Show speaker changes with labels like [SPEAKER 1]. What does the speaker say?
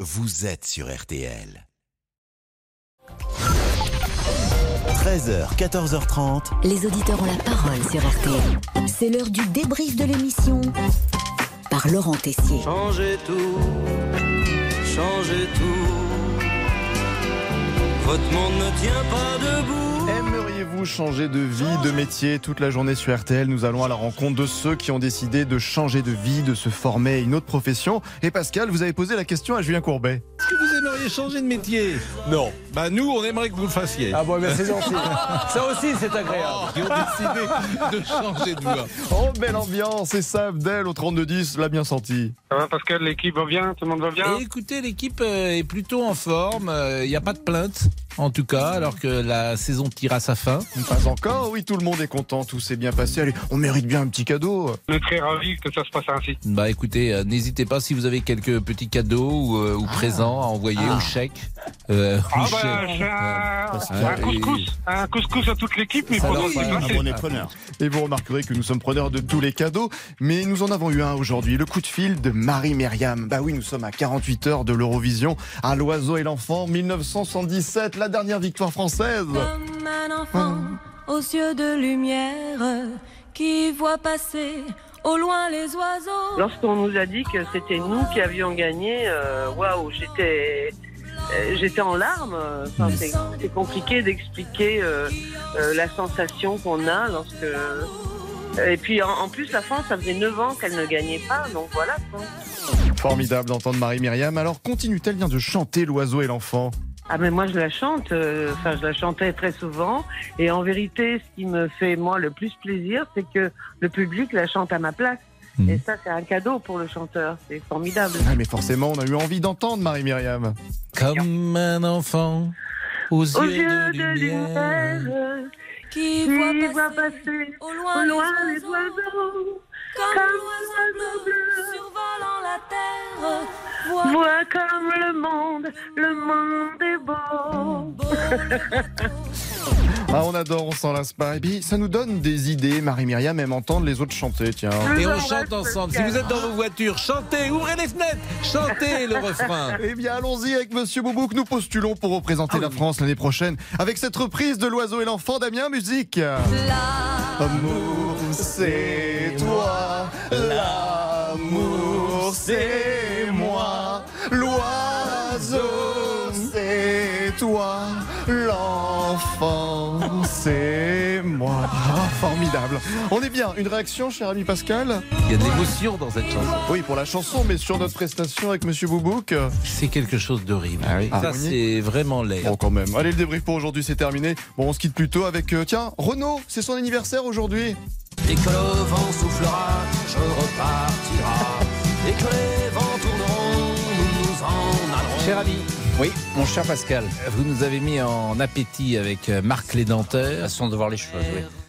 [SPEAKER 1] vous êtes sur RTL. 13h, 14h30.
[SPEAKER 2] Les auditeurs ont la parole sur RTL. C'est l'heure du débrief de l'émission par Laurent Tessier.
[SPEAKER 3] Changez tout, changez tout. Votre monde ne tient pas debout.
[SPEAKER 4] Aimeriez-vous changer de vie, de métier toute la journée sur RTL Nous allons à la rencontre de ceux qui ont décidé de changer de vie, de se former à une autre profession. Et Pascal, vous avez posé la question à Julien Courbet.
[SPEAKER 5] Est-ce que vous aimeriez changer de métier Non. Bah nous, on aimerait que vous le fassiez.
[SPEAKER 6] Ah bon, mais c'est gentil. Ça aussi, c'est agréable.
[SPEAKER 5] Qui ont décidé de changer de voie.
[SPEAKER 4] Oh, belle ambiance, c'est ça, Abdel, au 32-10, l'a bien senti.
[SPEAKER 7] Ça va Pascal, l'équipe va bien, tout le monde va bien
[SPEAKER 5] Et écoutez, l'équipe euh, est plutôt en forme. Euh, Il n'y a pas de plainte, en tout cas, alors que la saison tire à sa fin.
[SPEAKER 4] Pas encore, oui, tout le monde est content, tout s'est bien passé. Allez, on mérite bien un petit cadeau.
[SPEAKER 7] On est très ravis que ça se passe ainsi.
[SPEAKER 5] Bah écoutez, euh, n'hésitez pas si vous avez quelques petits cadeaux ou, euh, ou présents à envoyer ou chèques. euh, ou
[SPEAKER 7] Ah bah,
[SPEAKER 5] chèques.
[SPEAKER 7] j'ai un, un
[SPEAKER 5] que-
[SPEAKER 7] couscous, un couscous à toute l'équipe, mais
[SPEAKER 5] Ça
[SPEAKER 7] pour
[SPEAKER 5] leur
[SPEAKER 7] nous, c'est
[SPEAKER 5] va.
[SPEAKER 7] passé.
[SPEAKER 4] Ah Et vous remarquerez que nous sommes preneurs de tous les cadeaux, mais nous en avons eu un aujourd'hui, le coup de fil de Marie Myriam. Bah oui, nous sommes à 48 heures de l'Eurovision, à l'oiseau et l'enfant, 1977, la dernière victoire française.
[SPEAKER 8] Comme un enfant aux yeux de lumière qui voit passer au loin les oiseaux.
[SPEAKER 9] Lorsqu'on nous a dit que c'était nous qui avions gagné, euh, waouh, j'étais, euh, j'étais en larmes. Enfin, c'est, c'est compliqué d'expliquer euh, euh, la sensation qu'on a lorsque. euh, Et puis en, en plus, la France, ça faisait 9 ans qu'elle ne gagnait pas, donc voilà. quoi.
[SPEAKER 4] Formidable d'entendre Marie Myriam. Alors continue-t-elle bien de chanter l'oiseau et l'enfant
[SPEAKER 9] Ah mais moi je la chante, euh, enfin je la chantais très souvent et en vérité ce qui me fait moi le plus plaisir c'est que le public la chante à ma place
[SPEAKER 5] Mhm.
[SPEAKER 9] et ça c'est un cadeau pour le chanteur, c'est formidable.
[SPEAKER 4] Ah, Mais forcément, on a eu envie d'entendre Marie Myriam.
[SPEAKER 5] Comme un enfant aux,
[SPEAKER 9] Aux
[SPEAKER 5] yeux, de
[SPEAKER 9] yeux de
[SPEAKER 5] lumière.
[SPEAKER 9] lumière,
[SPEAKER 8] Qui
[SPEAKER 9] qui
[SPEAKER 8] voit
[SPEAKER 9] voit
[SPEAKER 8] passer
[SPEAKER 9] passer
[SPEAKER 8] au
[SPEAKER 9] au
[SPEAKER 8] loin,
[SPEAKER 9] loin
[SPEAKER 8] les
[SPEAKER 9] les
[SPEAKER 8] oiseaux,
[SPEAKER 9] oiseaux,
[SPEAKER 8] comme
[SPEAKER 9] comme
[SPEAKER 8] l'oiseau
[SPEAKER 9] l'oiseau
[SPEAKER 8] bleu
[SPEAKER 9] bleu
[SPEAKER 8] survolant la terre. Voit
[SPEAKER 9] voit comme le monde, le monde est beau.
[SPEAKER 8] beau
[SPEAKER 4] Ah, on adore, on s'en lasse pas. Et puis, ça nous donne des idées, Marie Myriam aime entendre les autres chanter, tiens.
[SPEAKER 5] Et on chante ensemble. Si vous êtes dans vos voitures, chantez, ouvrez les fenêtres, chantez le refrain.
[SPEAKER 4] Eh bien, allons-y avec Monsieur Boubou que nous postulons pour représenter la France l'année prochaine avec cette reprise de L'Oiseau et l'Enfant, Damien, musique.
[SPEAKER 8] là.
[SPEAKER 4] Amour, c'est toi. L'amour, c'est moi. L'oiseau, c'est toi. L'enfant, c'est moi. Ah, formidable. On est bien. Une réaction, cher ami Pascal
[SPEAKER 5] Il y a de l'émotion dans cette chanson.
[SPEAKER 4] Oui, pour la chanson, mais sur notre prestation avec Monsieur Boubouk.
[SPEAKER 5] C'est quelque chose d'horrible.
[SPEAKER 4] Ah oui.
[SPEAKER 5] Ça, c'est vraiment laid.
[SPEAKER 4] Bon, quand même. Allez, le débrief pour aujourd'hui, c'est terminé. Bon, on se quitte plutôt avec. euh, tiens, Renaud, c'est son anniversaire aujourd'hui.
[SPEAKER 3] Et que le vent soufflera, je repartira. Et que les vents tourneront, nous nous en allons.
[SPEAKER 5] Cher ami. Oui, mon cher Pascal. Vous nous avez mis en appétit avec euh, Marc les Denteurs. Façon de voir les choses, oui.